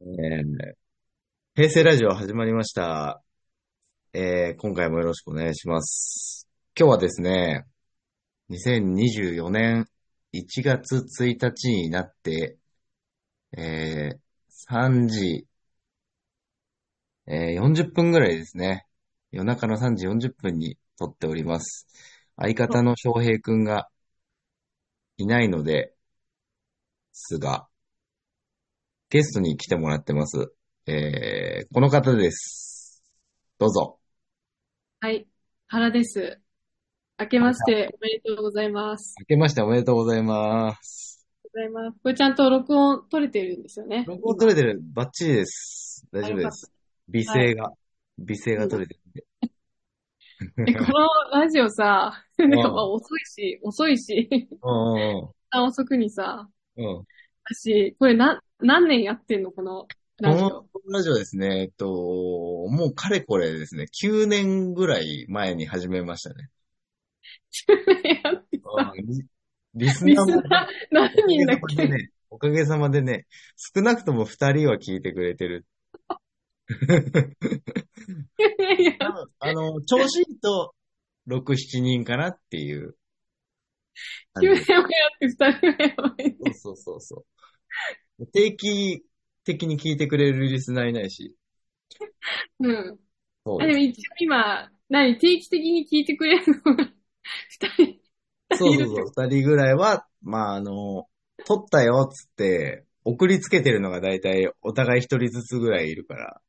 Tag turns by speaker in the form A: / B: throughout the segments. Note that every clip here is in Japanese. A: えー平成ラジオ始まりました。えー今回もよろしくお願いします。今日はですね、2024年1月1日になって、えー3時、えー40分ぐらいですね。夜中の3時40分に撮っております。相方の翔平くんがいないので、すが、ゲストに来てもらってます。えー、この方です。どうぞ。
B: はい、原です。明けましておめでとうございます。
A: 明けましておめでとうございます。
B: おめでとうございます。これちゃんと録音取れてるんですよね。
A: 録音取れてるバッチリです。大丈夫です。美声が、美声が取れて
B: 今え、このラジオさ、 なんかまあ遅いし、遅いし、
A: る。う
B: 遅くにさ、
A: んうんうん。
B: 私、これな、何年やってんのこのラ ジオ。
A: このラジオですね、えっと、もうかれこれですね、9年ぐらい前に始めま したね。
B: やってさ、
A: リリス
B: リ
A: ナー
B: ス
A: も
B: ナー何人だっ
A: おかげさまで
B: け
A: ね、おかげさまでね、少なくとも2人は聞いてくれて る。
B: いや
A: 多分あの、調子いいと、6、7人かなって いう。
B: 9年もやって2人がやばいね。
A: そうそうそうそう。定期的に聞いてくれるリスナーいないし。
B: うん。
A: そう
B: あ、でも一応今、何、定期的に聞いてくれるのが2人。
A: そうそうそう。 二人ぐらいは、まあ、あの、撮ったよ、つって、送りつけてるのが大体お互い一人ずつぐらいいる から。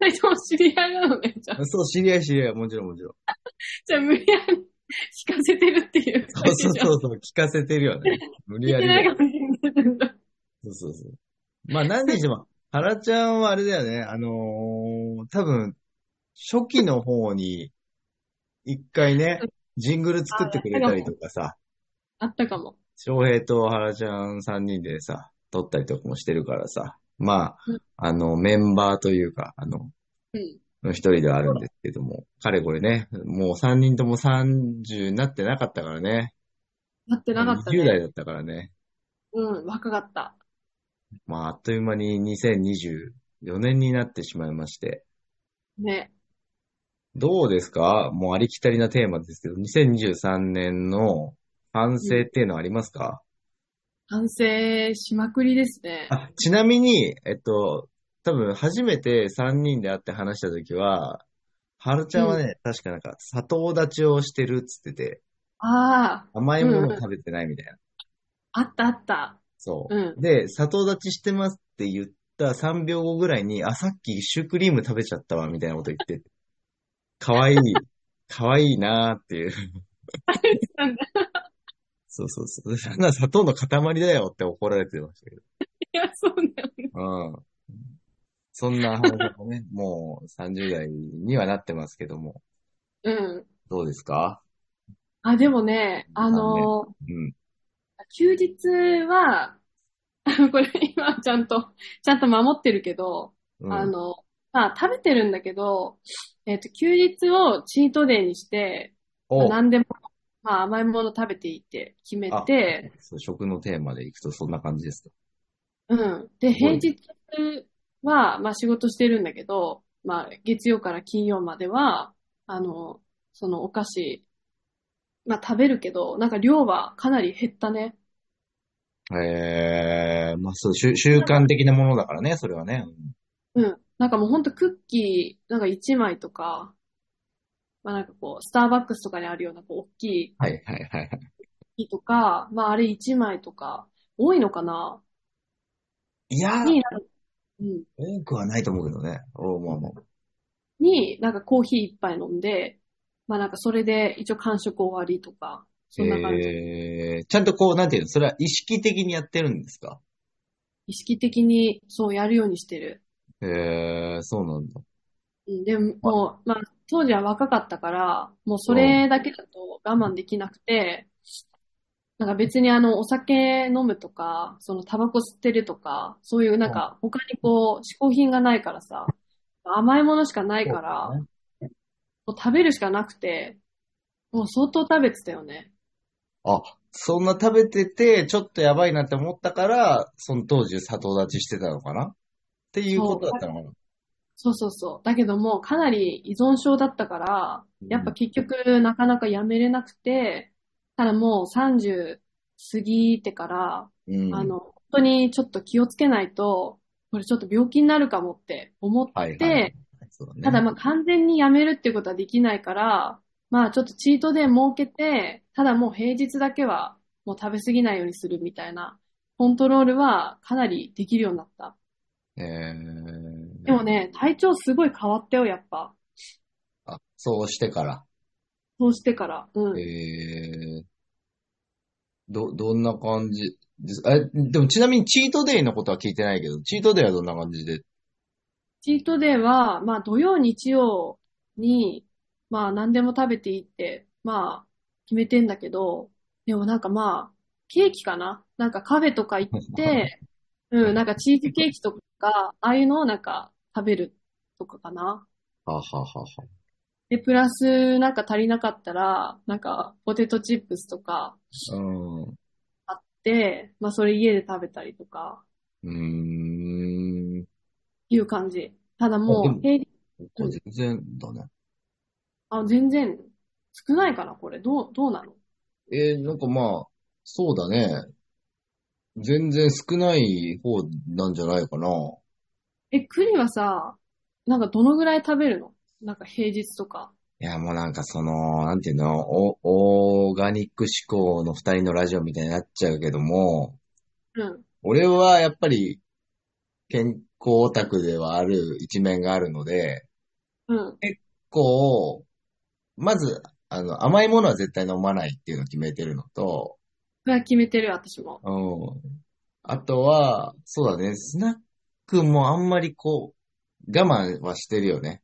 B: 二人とも知り合いなのね、じゃあ。
A: そう、知り合い知り合い、もちろんもち ろん。
B: じゃあ無理やり聞かせてるっていう
A: そうそう
B: う。
A: そうそう、聞かせてるよね。無理
B: 聞
A: や
B: い
A: り
B: て
A: だ
B: ない
A: よ。
B: かもしれないんだ。
A: そうそうそう。まあ、何にしても、原ちゃんはあれだよね、あのー多分、初期の方に、一回ね、ジングル作ってくれたりとかさ、
B: あったかも。
A: 翔平と原ちゃん3人でさ、撮ったりとかもしてるからさ、まあ
B: うん、
A: あの、メンバーというか、あの、
B: うん。
A: の一人ではあるんですけども、かれこれね、もう3人とも30になってなかったからね。
B: なってなかった
A: 20代
B: ね。
A: だったからね。
B: うん、若かった。
A: まあ、あっという間に2024年になってしまいまして。
B: ね。
A: どうですかもうありきたりなテーマですけど、2023年の反省っていうのはありますか、
B: 反省しまくりですね。
A: あ、ちなみに、えっと、多分初めて3人で会って話した時は、はるちゃんはね、確かなんか、砂糖立ちをしてるっつってて、
B: ああ、
A: 甘いものを食べてないみたいな。
B: あったあった。
A: そう。
B: うん。
A: で、砂糖立ちしてますって言った3秒後ぐらいに、あ、さっきシュークリーム食べちゃったわ、みたいなこと言って、かわいい、かわいいなーっていう。
B: なんだ
A: そうそうそう。そんな砂糖の塊だよって怒られてましたけど。
B: いや、そうだよね。
A: うん。そんな話もね、 もう30代にはなってますけども、
B: うん。
A: どうですか
B: あ、でもね、あのー
A: うん。
B: 休日は、 あのこれ今ちゃんと、ちゃんと守ってるけど、
A: うん、
B: あの、まあ食べてるんだけど、えっと、休日をチートデイにして、
A: お
B: 何でも、まあ甘いもの食べていいって決めて、
A: そう食のテーマでいくとそんな感じですか。
B: うん。
A: すご
B: で、平
A: い
B: 日は、まあ仕事してるんだけど、まあ月曜から金曜までは、あの、そのお菓子、まあ食べるけど、なんか量はかなり減ったね。
A: えー、まあそう、習習慣的なものだからね、それはね。
B: うん。なんかもうほんとクッキー、なんか1枚とか、まあなんかこう、スターバックスとかにあるような、こう、大きい
A: はいはいはいはい。
B: とか、まああれ1枚とか、多いのかない
A: やー
B: に、なんかうん。
A: 多くはないと思うけどね。おまあまあ。
B: に、なんかコーヒー一杯飲んで、まあなんかそれで一応完食終わりとか、そんな感じ。
A: えー、ちゃんとこう、なんていうの、それは意識的にやってるんですか
B: 意識的にそうやるようにしてる。
A: えー、そうなんだ。
B: うん、でも、もうまあ当時は若かったから、もうそれだけだと我慢できなくて、なんか別にあのお酒飲むとか、そのタバコ吸ってるとか、そういうなんか他にこう嗜好品がないからさ、甘いものしかないから、
A: そう
B: もう食べるしかなくて、もう相当食べてたよね。
A: あ、そんな食べてて、ちょっとやばいなって思ったから、その当時砂糖立ちしてたのかなていうことだったのかな。
B: そうそうそう。だけども、かなり依存症だったから、やっぱ結局なかなかやめれなくて、ただもう30過ぎてから、
A: うん。
B: あの、本当にちょっと気をつけないと、これちょっと病気になるかもって思って、
A: はいはい。そうだね。
B: ただまあ完全にやめるっていうことはできないから、まあちょっとチートデー設けて、ただもう平日だけはもう食べ過ぎないようにするみたいな、コントロールはかなりできるようになった。
A: えー
B: でもね、体調すごい変わったよ、やっぱ。
A: あ、そうしてから。
B: そうしてから。うん。
A: えー、ど、どんな感じですえ、でもちなみにチートデイのことは聞いてないけど、チートデイはどんな感じで
B: チートデーは、まあ土曜、日曜に、まあ何でも食べていいって、まあ決めてんだけど、でもなんかまあ、ケーキかななんかカフェとか行って、うん、なんかチーズケーキとか、ああいうのをなんか食べるとかかな。
A: はあはあはあはあ
B: で、プラスなんか足りなかったら、なんかポテトチップスとか
A: うん。う
B: で、まあそれ家で食べたりとか、
A: ーん。
B: いう感じ。ただも
A: あでも
B: う、平日
A: これ全然だね。
B: あ、全然少ないかな、これ。どう、どうなの
A: えーなんかまあ、そうだね。全然少ない方なんじゃないかな。
B: え、栗はさ、なんかどのぐらい食べるのなんか平日とか。
A: いや、もうなんかその、なんていうの、お、オーガニック思考の二人のラジオみたいになっちゃうけども、
B: うん。
A: 俺はやっぱり健康オタクではある一面があるので、
B: うん。
A: こう、まず、あの、甘いものは絶対飲まないっていうのを決めてるのと、
B: それは決めてる、私も。
A: うん。あとは、そうだね、スナックもあんまりこう、我慢はしてるよね。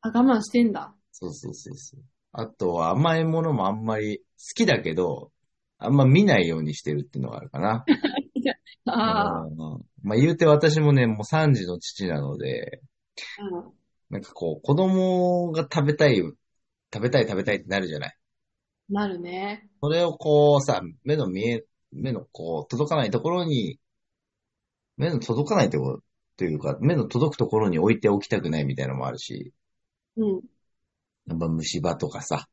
B: あ、我慢してんだ。
A: そうそうそうそう。あとは甘いものもあんまり好きだけど、あんま見ないようにしてるっていうの があるかな。
B: ああ、
A: うんまあ言うて私もね、もう3児の父なので、
B: うん。
A: なんかこう、子供が食べたい、食べたい食べたいってなるじゃない。
B: なるね。
A: それをこうさ、目の見え、目のこう、届かないところに、目の届かないところ、というか、目の届くところに置いておきたくないみたいなのもあるし、
B: うん。
A: やっぱ虫歯とかさ、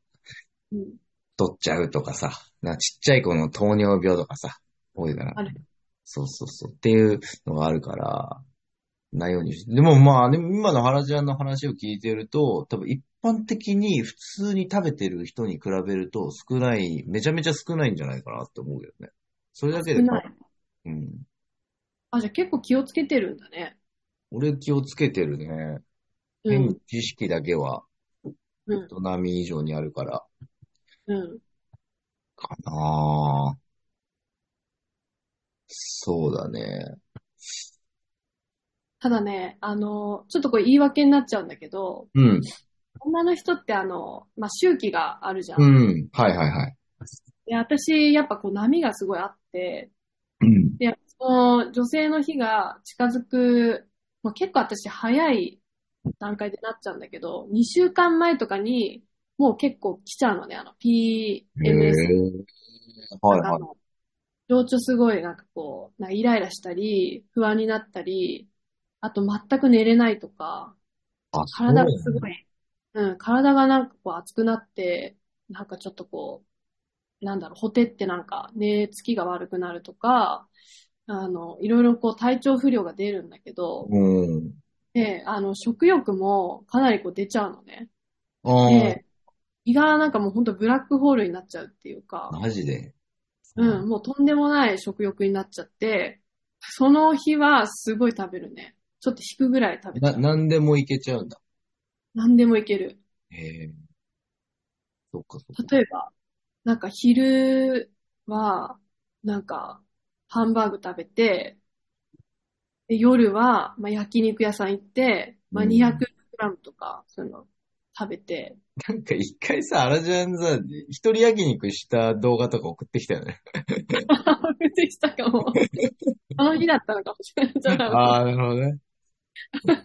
B: うん。
A: 取っちゃうとかさ、なんかちっちゃい子の糖尿病とかさ、多いから
B: ある。
A: そうそうそう。っていうのがあるから、ないようにして。でもまあ、でも今の原ちゃんの話を聞いてると、多分一般的に普通に食べてる人に比べると少ない、めちゃめちゃ少ないんじゃないかなって思うけどね。それだけ
B: 少
A: で、
B: ない。
A: うん。
B: あ、じゃあ結構気をつけてるんだね。
A: 俺気をつけてるね。
B: う
A: 変に
B: ん。
A: 知識だけは
B: うん。
A: 人並み以上にあるから。
B: うん。
A: かなぁ。そうだね。
B: ただね、あの、ちょっとこれ言い訳になっちゃうんだけど、
A: うん。
B: 女の人ってあの、まあ、周期があるじゃん。
A: うん。はいはいはい。
B: で、私、やっぱこう波がすごいあって、
A: うん。
B: で、その女性の日が近づく、まあ、結構私早い段階でなっちゃうんだけど、2週間前とかにもう結構来ちゃうのね、あの PMS
A: は
B: と
A: いは
B: か
A: い。
B: の。情緒すごいなんかこう、なんかイライラしたり、不安になったり、あと全く寝れないとか、
A: あ、
B: 体が
A: そう
B: すごい、うん、体がなんかこう熱くなって、なんかちょっとこう、なんだろう、ほてってなんか寝つきが悪くなるとか、あの、いろいろこう体調不良が出るんだけど、
A: うん。
B: で、あの、食欲もかなりこう出ちゃうのね。
A: ああ、
B: で、胃がなんかもうほんとブラックホールになっちゃうっていうか、
A: マジで。
B: うん、もうとんでもない食欲になっちゃって、その日はすごい食べるね。ちょっと引くぐらい食べ
A: な、
B: た。
A: なんでもいけちゃうんだ。
B: 何でもいける。
A: へえ。そっかそっ か。
B: 例えば、なんか昼は、なんか、ハンバーグ食べて、で夜は、まあ、焼肉屋さん行って、まあ、
A: うん
B: 200g とか、そういうの食べて、
A: なんか一回さ、アラジャンさ、一人焼肉した動画とか送ってきたよね。
B: 食べてした かも。あの日だったのかもしれない。ちょっと
A: ああ、なるほどね。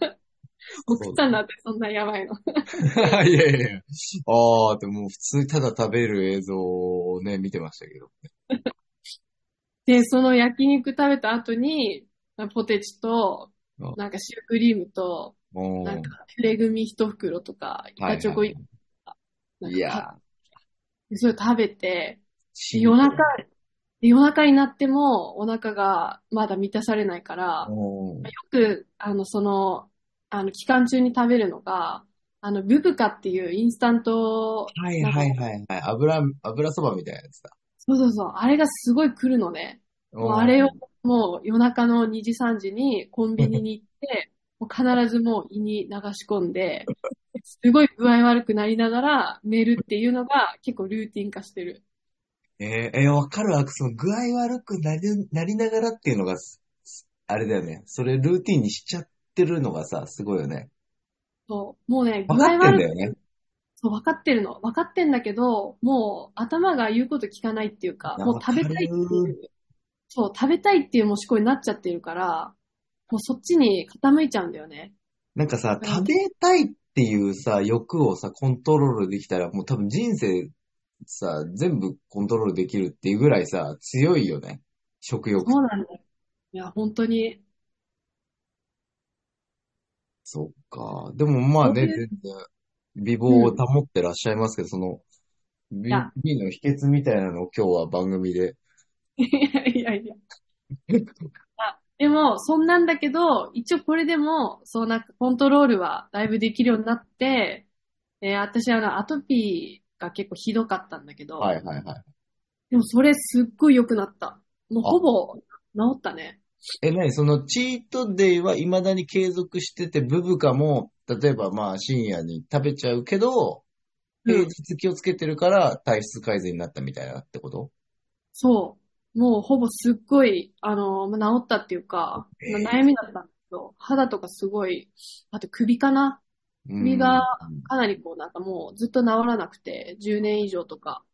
B: 奥さんだってそんなやばいの。
A: いやいやいや。ああ、でも普通にただ食べる映像をね、見てましたけど。
B: で、その焼肉食べた後に、まあポテチと、
A: あ
B: なんかシュークリームと、
A: もう
B: なんかピュレグミ一袋と
A: は
B: か、
A: い
B: 板チョコ一個なんか
A: いや
B: それ食べて、
A: ー、
B: 夜中、夜中になってもお腹がまだ満たされないから、よ
A: もう
B: く、あの、その、あの、期間中に食べるのが、あの、ブブカっていうインスタント、
A: はいはいはいはい。油、油そばみたいなやつだ。
B: そうそうそう、あれがすごい来るのね。もうあれをもう夜中の2時3時にコンビニに行 って、もう必ずもう胃に流し込んで、すごい具合悪くなりながら寝るっていうのが結構ルーティン化してる。
A: えー、えーわかるわ。その具合悪くなり、なりながらっていうのがす、すあれだよね。それルーティンにしちゃってるのがさ、すごいよね。
B: そう。もうね、具
A: わ
B: 合
A: かってんだ
B: 悪く、
A: よね。
B: そう、分かってるの。分かってんだけど、もう頭が言うこと聞かないっていうか、
A: いや
B: もう食べたいって
A: わか
B: いう、そう、食べたいっていうもう思考になっちゃってるから、もうそっちに傾いちゃうんだよね。
A: なんかさ、
B: うん
A: 食べたいっていうさ、欲をさ、コントロールできたら、もう多分人生さ、全部コントロールできるっていうぐらいさ、強いよね。食欲。
B: そうなんだよ。いや、本当に、
A: そっか。でもまあね、
B: そう
A: 全然、
B: い
A: 美貌を保ってらっしゃいますけど、その、美
B: や
A: 美の秘訣みたいなのを今日は番組で。
B: いやいやいや。あ、でも、そんなんだけど、一応これでも、そうなんかコントロールはだいぶできるようになって、えー私あの、アトピーが結構ひどかったんだけど、
A: はいはいはい。
B: でもそれすっごい良くなった。もう
A: あ
B: ほぼ治ったね。
A: え、なに、そのチートデイは未だに継続してて、ブブカも、例えばまあ深夜に食べちゃうけど、平
B: うん、
A: 日気をつけてるから体質改善になったみたいなってこと
B: そう。もうほぼすっごい、あの、まあ治ったっていうか、
A: えー
B: まあ悩みだったんだけど、肌とかすごい、あと首かな
A: 身
B: 身がかなりこうなんかもうずっと治らなくて、10年以上とか、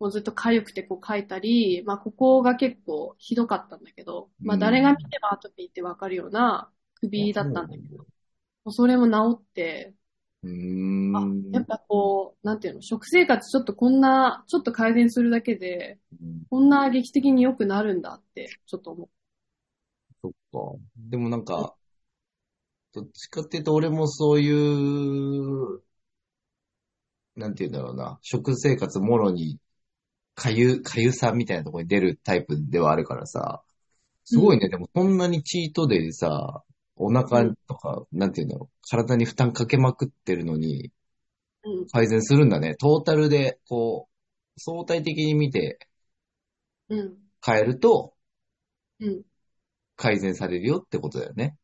B: もうずっと痒くてこう書いたり、まあここが結構ひどかったんだけど、ま
A: う
B: あ
A: ん
B: 誰が見てもアトピーってわかるような首だったんだけど、もうそれも治って、
A: うー
B: あ、
A: ん。
B: やっぱこう、なんていうの、食生活ちょっとこんな、ちょっと改善するだけで、こんな劇的に良くなるんだって、ちょっと思う。
A: そっか。でもなんか、どっちかっていうと俺もそういう、なんて言うんだろうな、食生活もろに、かゆ、かゆさみたいなところに出るタイプではあるからさ、すごいね、でもそんなにチートデイでさ、お腹とか、なんて言うんだろう、体に負担かけまくってるのに、
B: うん、
A: 改善するんだね。トータルで、こう、相対的に見て
B: うん、
A: 変えると
B: うん。
A: 改善されるよってことだよね。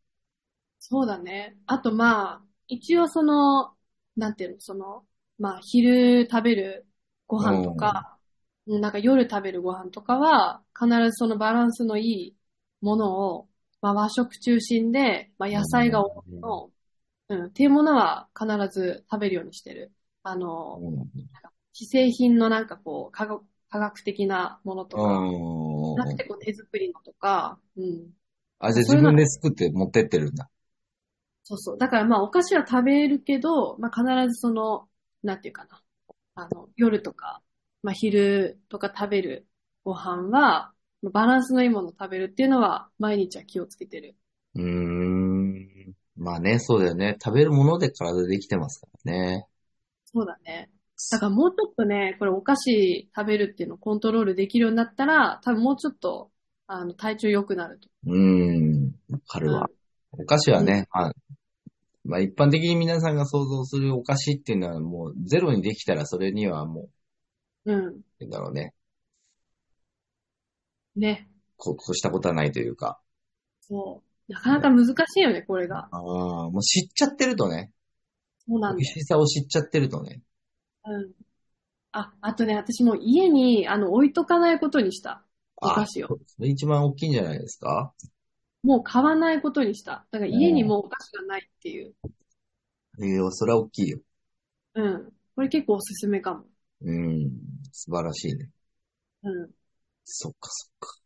B: そうだね。あとまあ、一応その、なんていうの、その、まあ昼食べるご飯とか、なんか夜食べるご飯とかは、必ずそのバランスのいいものを、まあ和食中心で、まあ野菜が多いの、うん、っていうものは必ず食べるようにしてる。あの、
A: うん。
B: 既製品のなんかこう、科学科学的なものとか、な
A: う
B: く
A: ん。
B: てこう手作りのとか、うん。
A: あ、じゃあ自分で作って持ってってるんだ。
B: そうそう。だからまあお菓子は食べるけど、まあ必ずその、なんていうかな。あの、夜とか、まあ昼とか食べるご飯は、まあバランスのいいものを食べるっていうのは毎日は気をつけてる。
A: うーん。まあね、そうだよね。食べるもので体できてますからね。
B: そうだね。だからもうちょっとね、これお菓子食べるっていうのをコントロールできるようになったら、多分もうちょっと、あの、体調良くなると。
A: うーん。わかるわ。お菓子はね、まあ、まあ一般的に皆さんが想像するお菓子っていうのはもうゼロにできたらそれにはも
B: うん。う
A: う、なんだろうね。
B: ん。ね。
A: こうしたことはないというか。
B: そう。なかなか難しいよね、これが。
A: ああ、もう知っちゃってるとね。
B: そうなん
A: 美
B: だ
A: 味し
B: よ。
A: さを知っちゃってるとね。
B: うん。あ、あとね、私もう家に、あの、置いとかないことにした。お
A: あ
B: 菓
A: あ、
B: 子
A: そ
B: を。
A: うそれ一番大きいんじゃないですか
B: もう買わないことにした。だから家にもうお菓子がないっていう。
A: ええそれは大きいよ。
B: うん。これ結構おすすめかも。
A: うん。素晴らしいね。
B: うん。
A: そっかそっか。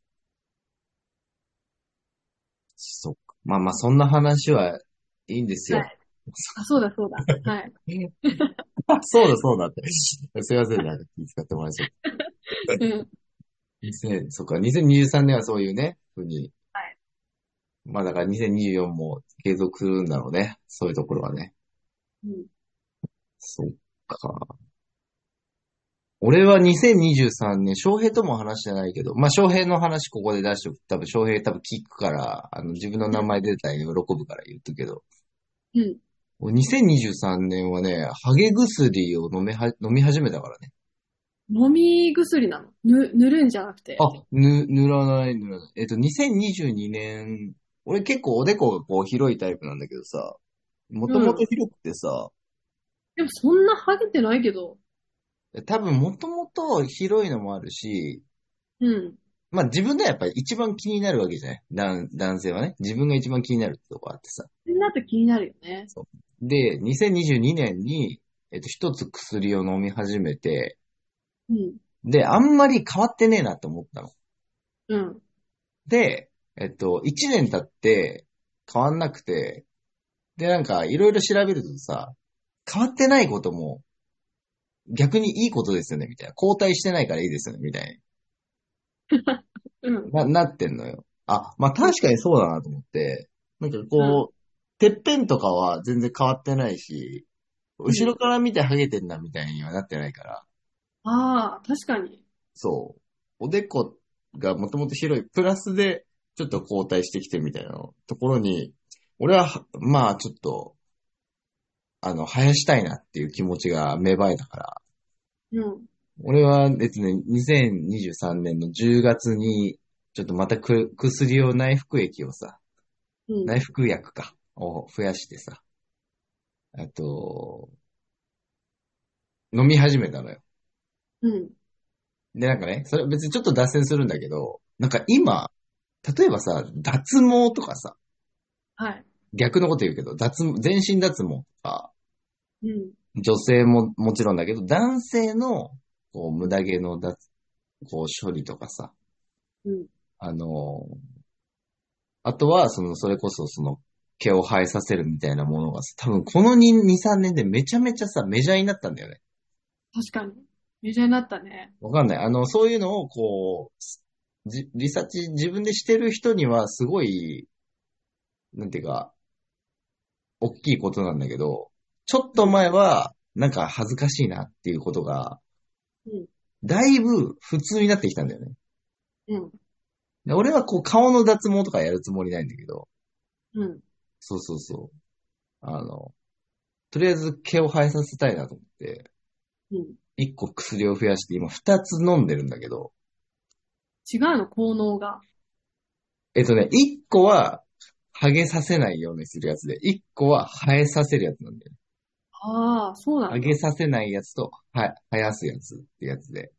A: そっか。まあまあ、そんな話はいいんですよ。
B: はいあ、そうだそうだ。はい。
A: そうだそうだって。すいません、なんか気遣ってもらえそう。
B: うん。
A: 2000そっか、2023年はそういうね、ふうに。
B: はい。
A: まあだから2024も継続するんだろうね。そういうところはね。
B: うん。
A: そっか。俺は2023年、翔平とも話してないけど、まあ翔平の話ここで出しておく。多分翔平多分聞くから、あの自分の名前出たら喜ぶから言っとくけど。
B: うん。
A: 俺2023年はね、ハゲ薬を飲めは、飲み始めたからね。
B: 飲み薬なのぬ、塗るんじゃなくて。
A: あ、ぬ、塗らない、塗らない。えっと、2022年、俺結構おでこがこう広いタイプなんだけどさ、もともと広くてさ、
B: でもそんなハゲてないけど。
A: 多分もともと広いのもあるし、
B: うん。
A: まあ自分ではやっぱり一番気になるわけじゃない男男性はね。自分が一番気になるってとこあってさ。
B: みんなと気になるよね。
A: で、2022年に、えっと、一つ薬を飲み始めて、
B: うん。
A: で、あんまり変わってねえなって思ったの。
B: うん。
A: で、えっと、一年経って変わんなくて、で、なんかいろいろ調べるとさ、変わってないことも逆にいいことですよね、みたいな。交代してないからいいですよね、みたい
B: うん。
A: な。な、なってんのよ。あ、まあ確かにそうだなと思って、なんかこう、てっぺんとかは全然変わってないし、後ろから見てハゲてんなみたいにはなってないから、
B: ああ、確かに。
A: そう。おでこがもともと広い、プラスで、ちょっと交代してきてみたいなところに、俺は、まあ、ちょっと、あの、生やしたいなっていう気持ちが芽生えたから、
B: うん。
A: 俺はですね、2023年の10月に、ちょっとまたく薬を内服液をさ、
B: うん。
A: 内服薬か、を増やしてさ、あと、飲み始めたのよ。
B: うん。
A: で、なんかね、それ別にちょっと脱線するんだけど、なんか今、例えばさ、脱毛とかさ、
B: はい。
A: 逆のこと言うけど、脱毛、全身脱毛とか、
B: うん。
A: 女性ももちろんだけど、男性の、こう、無駄毛の脱、こう、処理とかさ、
B: うん。
A: あのーあとは、その、それこそ、その、毛を生えさせるみたいなものがさ、多分この2、2、3年でめちゃめちゃさ、メジャーになったんだよね。
B: 確かに。メジャーになったね。
A: わかんない。あの、そういうのを、こう、じリサーチ自分でしてる人には、すごい、なんていうか、大きいことなんだけど、ちょっと前は、なんか恥ずかしいなっていうことが
B: うん、
A: だいぶ普通になってきたんだよね。
B: うん。
A: で俺はこう顔の脱毛とかやるつもりないんだけど、
B: うん。
A: そうそうそう。あの、とりあえず毛を生えさせたいなと思って、
B: うん。
A: 一個薬を増やして今二つ飲んでるんだけど、
B: 違うの、効能が。
A: えっとね、一個は、ハゲさせないようにするやつで、一個は生えさせるやつなんだよね。
B: ああ、そうな
A: ハ
B: んだ。
A: ゲさせないやつと、は、生やすやつってやつで、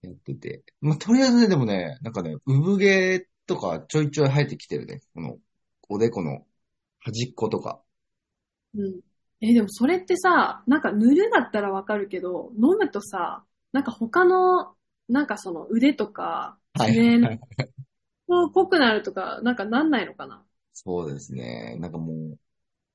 A: やってて。まあ、とりあえずね、でもね、なんかね、産毛とかちょいちょい生えてきてるね。この、おでこの端っことか。
B: うん。え、でもそれってさ、なんか塗るだったらわかるけど、飲むとさ、なんか他の、なんかその腕とか、
A: はい
B: 爪の、こう濃くなるとか、なんかなんないのかな。
A: そうですね。なんかもう、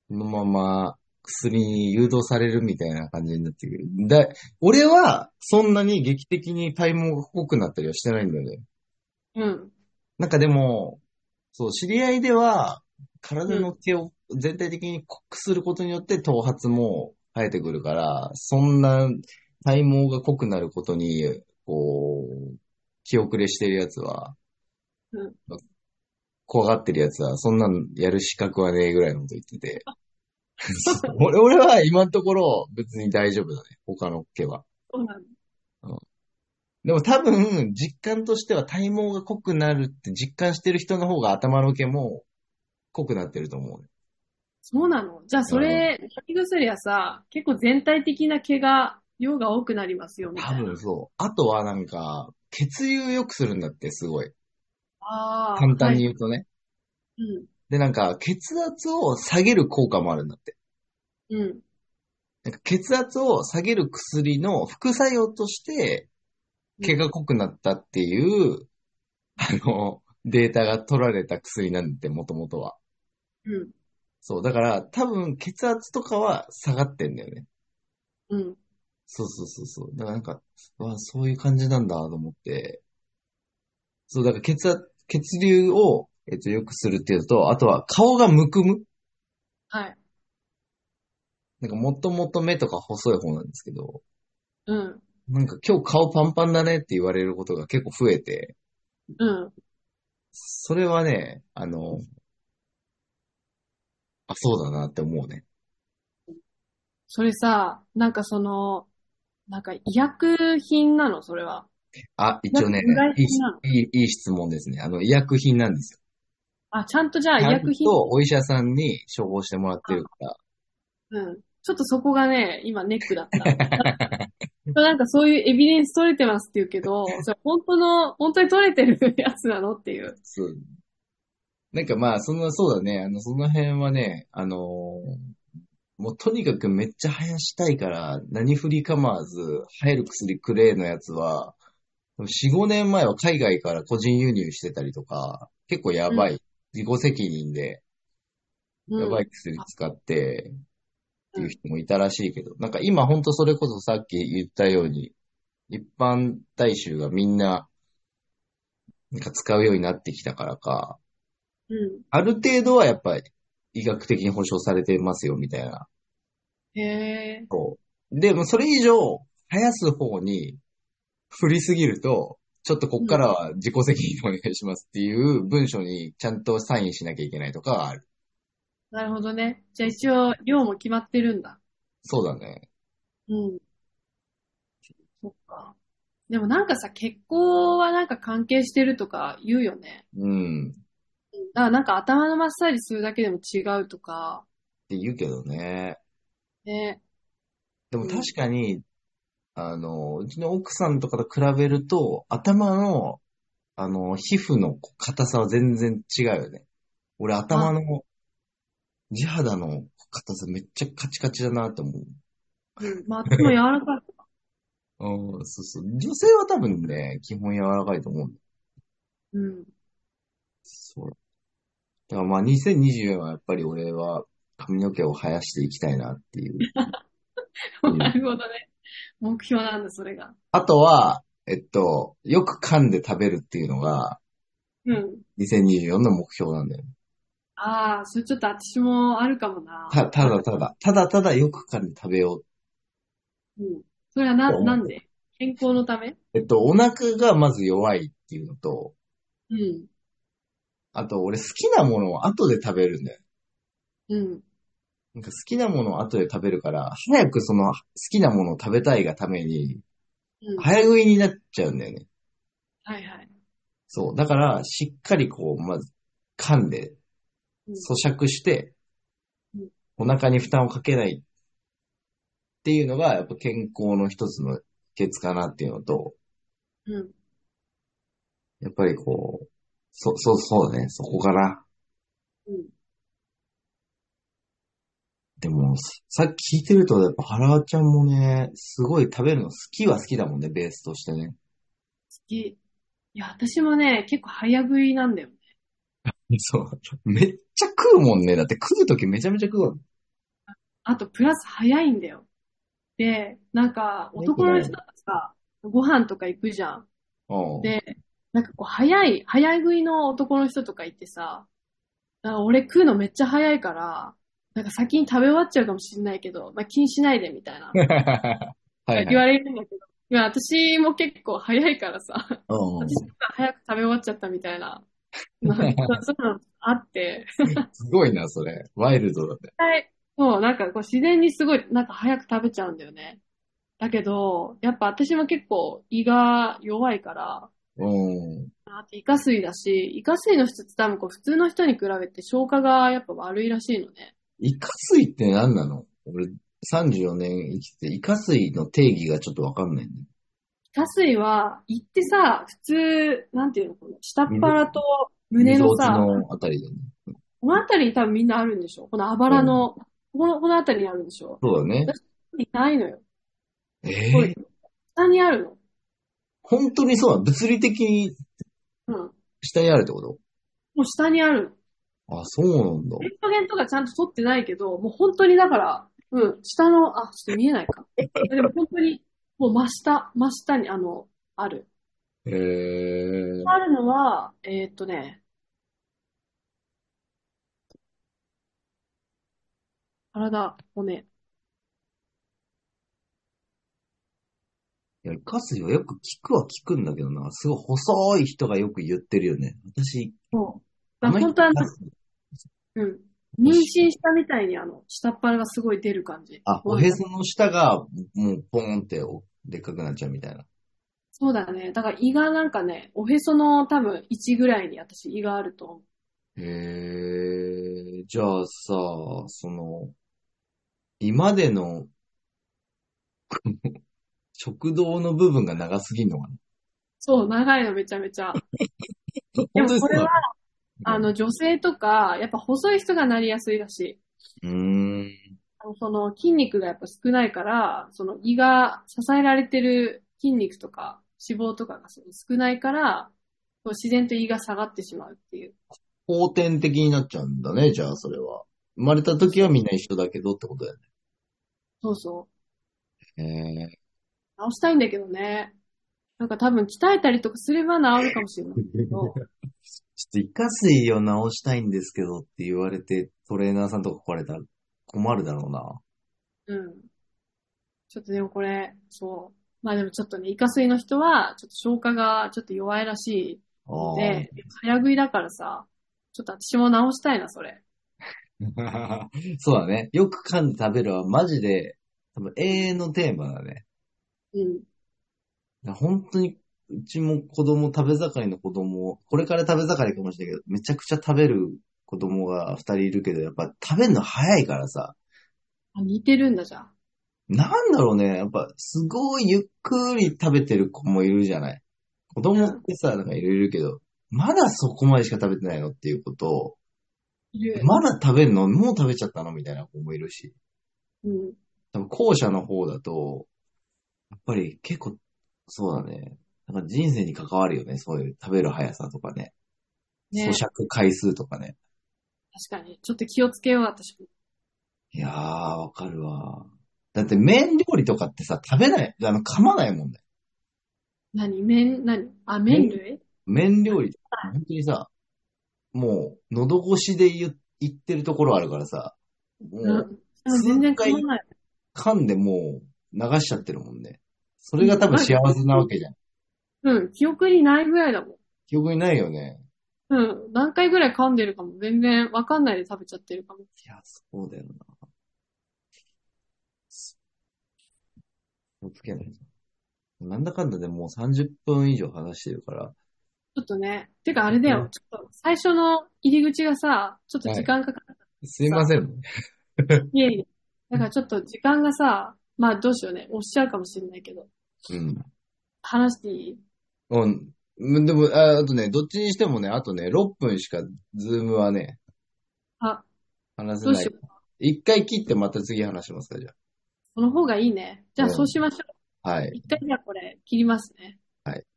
A: このまま薬に誘導されるみたいな感じになってくる。だ、俺は、そんなに劇的に体毛が濃くなったりはしてないんだよね。
B: うん。
A: なんかでも、そう、知り合いでは、体の毛を全体的に濃くすることによって頭髪も生えてくるから、そんな体毛が濃くなることに、こう、気遅れしてるやつは、
B: うん
A: 怖がってるやつは、そんなんやる資格はねえぐらいのこと言って て。俺俺は今のところ別に大丈夫だね、他の毛は。
B: そうなんだ。
A: でも多分、実感としては体毛が濃くなるって実感してる人の方が頭の毛も濃くなってると思うね。
B: そうなの。じゃあそれ、塗り薬はさ、結構全体的な毛が、量が多くなりますよ、み
A: 多
B: たいな
A: 分。そう。あとはなんか、血流良くするんだって、すごい。
B: ああ、
A: 簡単に
B: は
A: 言うとね。
B: い。
A: で、なんか、血圧を下げる効果もあるんだって。
B: うん。うん。
A: なんか血圧を下げる薬の副作用として、毛が濃くなったっていう、あの、データが取られた薬なんだって、もともとは。
B: うん。
A: そう。だから、多分、血圧とかは下がってんだよね。
B: うん。
A: そうそうそうそう。だからなんか、うわ、そういう感じなんだと思って。そう、だから血圧、血流をえっと、よくするっていうのと、あとは顔がむくむ。
B: はい。
A: なんかもともと目とか細い方なんですけど、
B: うん。
A: なんか今日顔パンパンだねって言われることが結構増えて、
B: うん。
A: それはね、あの、あ、そうだなって思うね。
B: それさ、なんかその、なんか医薬品なのそれは。
A: あ、一応ね
B: なんか、
A: い
B: 意外なの
A: い、いい、いい質問ですね。あの、医薬品なんですよ。
B: あ、ちゃんとじゃあ医薬
A: ち
B: 品
A: ゃん。とお医者さんに処方してもらってるから。
B: うん。ちょっとそこがね、今ネック だった。なんかそういうエビデンス取れてますって言うけど、それ本当の、本当に取れてるやつなのっていう。
A: そう。なんかまあ、その、そうだね。あの、その辺はね、あのーもうとにかくめっちゃ生やしたいから、何振り構わず、生える薬くれのやつは、4、5年前は海外から個人輸入してたりとか、結構やばい。自己責任で、
B: うん、
A: やばい薬使って、っていう人もいたらしいけど、なんか今ほんとそれこそさっき言ったように、一般大衆がみんな、なんか使うようになってきたからか、
B: う
A: ある程度はやっぱり医学的に保障されてますよ、みたいな。
B: ん。へえ。
A: そうで、もうそれ以上、生やす方に振りすぎると、ちょっとこっからは自己責任でお願いしますっていう文書にちゃんとサインしなきゃいけないとかはある。
B: なるほどね。じゃあ一応、量も決まってるんだ。
A: そうだね。
B: うん。そっか。でもなんかさ、血行はなんか関係してるとか言うよね。
A: うん。っ
B: うんだからなんか頭のマッサージするだけでも違うとか、
A: て言うけどね。
B: ね。
A: でも確かに、あの、うちの奥さんとかと比べると、頭の、あの、皮膚の硬さは全然違うよね。俺頭の、地肌の硬さめっちゃカチカチだなって思
B: うん。まあ、でも柔らかい。
A: う。うん、そうそう。女性は多分ね、基本柔らかいと思うんだよ。
B: うん。
A: そう。だからまあ2024はやっぱり俺は髪の毛を生やしていきたいなっていう。うん
B: なるほどね。目標なんだ、それが。
A: あとは、えっと、よく噛んで食べるっていうのが
B: うん。
A: 2024の目標なんだよね
B: ああ、それちょっと私もあるかもな。
A: た、ただただ、ただただよく噛んで食べよう。
B: うん。それはな、なんで健康のため
A: えっと、お腹がまず弱いっていうのと、
B: うん。
A: あと俺好きなものを後で食べるんだよ。
B: うん。
A: なんか好きなものを後で食べるから、早くその好きなものを食べたいがために、
B: うん。は
A: 早
B: い
A: 食いになっちゃうんだよね。
B: はい。
A: そう。だから、しっかりこう、まず噛んで、
B: うん
A: 咀嚼して
B: うん、
A: お腹に負担をかけないっていうのが、やっぱ健康の一つの秘訣かなっていうのと、
B: うん。
A: やっぱりこう、そ、そう、そうだね、そこかな。
B: うん。
A: でも、さっき聞いてると、やっぱ原ちゃんもね、すごい食べるの好きは好きだもんね、ベースとしてね。
B: 好き。いや、私もね、結構早食いなんだよね。
A: そう。めっちゃ食うもんね。だって食うときめちゃめちゃ食うわ。
B: あと、プラス早いんだよ。で、なんか、男の人とかさ、ご飯とか行くじゃん。
A: うん。、
B: で、なんかこう、早い、早食いの男の人とか行ってさ、あ俺食うのめっちゃ早いから、なんか先に食べ終わっちゃうかもしれないけど、まあ気にしないでみたいな
A: はいはい。
B: 言われるんだけど、いや、私も結構早いからさ、
A: うん
B: 私とか早く食べ終わっちゃったみたいな、なんかそういうのあって、
A: すごいな、それ。ワイルドだね。
B: はい。そう、なんかこう自然にすごい、なんか早く食べちゃうんだよね。だけど、やっぱ私も結構胃が弱いから、
A: うん。
B: あとイカ水だし、イカ水の人って多分こう普通の人に比べて消化がやっぱ悪いらしいのね。
A: イカ水って何なの俺、34年生きて、イカ水の定義がちょっとわかんないね。
B: イカ水は、胃ってさ、普通、なんていうの、この下っ腹と胸のさ、
A: 溝落ちのあたりだね。
B: この辺りに多分みんなあるんでしょこのあばらの、この、この辺りにあるんでしょ
A: そうだ ね。
B: ないのよ。
A: え
B: こ
A: え
B: れ、下にあるの。
A: 本当にそうなの物理的に
B: うん。も
A: 下にあるってこと
B: う下にあるの。
A: あ、そうなんだ。
B: レントゲンとかちゃんと撮ってないけど、もう本当にだから、うん、下の、あ、ちょっと見えないか。でも本当に、もう真下、真下に、あの、ある。
A: へえ。
B: あるのは、えーっとね、体、骨。
A: いや、カスよ、よく聞くは聞くんだけどな。すごい細い人がよく言ってるよね。私、
B: そう。
A: あ
B: だから
A: の人
B: 本当はあの
A: カス
B: うん。妊娠したみたいに、あの、下っ腹がすごい出る感じ。
A: あ、おへその下が、もう、ポーンって、でっかくなっちゃうみたいな。
B: そうだね。だから胃がなんかね、おへその多分1ぐらいに私胃があると思う。
A: へえ、じゃあさ、その、今での、 食道の部分が長すぎんのかな
B: そう、長いのめちゃめちゃ。で
A: 本
B: も
A: 当にそ
B: こ
A: う
B: れ
A: な
B: は
A: の、
B: あの、女性とか、やっぱ細い人がなりやすいらしい。
A: うーん。
B: あのその筋肉がやっぱ少ないから、その胃が支えられてる筋肉とか脂肪とかがその少ないから、こう自然と胃が下がってしまうっていう。
A: 後天的になっちゃうんだね、じゃあ、それは。生まれた時はみんな一緒だけどってことだよ
B: そうそう。
A: ね。
B: 直したいんだけどね。なんか多分鍛えたりとかすれば治るかもしれない け
A: ち
B: ど。
A: ょっとイカ水を直したいんですけどって言われて、トレーナーさんとか来られたら困るだろうな。
B: うん。ちょっとでもこれ、そう。まあでもちょっとね、イカ水の人は、ちょっと消化がちょっと弱いらしい
A: あ
B: の
A: あ。
B: で、早食いだからさ、ちょっと私も直したいな、それ。
A: そうだね。よく噛んで食べるはマジで、多分永遠のテーマだね。
B: うん。
A: 本当に、うちも子供、食べ盛りの子供、これから食べ盛りかもしれないけど、めちゃくちゃ食べる子供が二人いるけど、やっぱ食べるの早いからさ、
B: あ、似てるんだじゃん。
A: なんだろうね、やっぱすごいゆっくり食べてる子もいるじゃない。子供ってさ、なんかいろいろいるけど、まだそこまでしか食べてないのっていうことを、
B: いる。
A: まだ食べるのもう食べちゃったのみたいな子もいるし。
B: うん。
A: 多分後者の方だと、やっぱり結構、そうだね。なんか人生に関わるよね。そういう食べる速さとかね。咀
B: ね
A: 嚼回数とかね。
B: 確かに。ちょっと気をつけよう、私も。
A: いやー、わかるわ。だって麺料理とかってさ、食べない、あの、噛まないもんね。
B: 何麺、何あ、麺類
A: 麺料理、本当にさ、もう、喉越しで言う言ってるところあるからさ、もうん
B: う。でも全然変わらない。
A: 噛んでもう流しちゃってるもんね。それが多分幸せなわけじゃん。
B: うん。記憶にないぐらいだもん。
A: 記憶にないよね。
B: うん。何回ぐらい噛んでるかも全然わかんないで食べちゃってるかも。
A: いや、そうだよな。気をつけないと。なんだかんだでもう30分以上話してるから。
B: ちょっとね。てかあれだ
A: う
B: よ。ちょっと最初の入り口がさ、ちょっと時間かかっ
A: すいません。
B: いえいえ。だからちょっと時間がさ、まあどうしようね。押しちゃうかもしれないけど。
A: うん。
B: 話していい
A: うん。でも、ああとね、どっちにしてもね、あとね、6分しか、ズームはね、
B: あ、
A: 話せ
B: どう
A: な
B: し
A: い
B: よ。う。
A: 一回切ってまた次話しますか、じゃ
B: その方がいいね。じゃあそうしましょう。
A: あ。はい。
B: 一回じゃあこれ切りますね。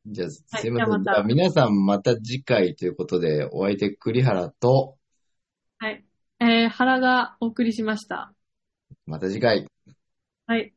A: じゃあ、す
B: はい
A: いません。
B: じゃあまた
A: じゃあ皆さんまた次回ということで、お相手栗原と、
B: はい。えー、原がお送りしました。
A: また次回。
B: はい。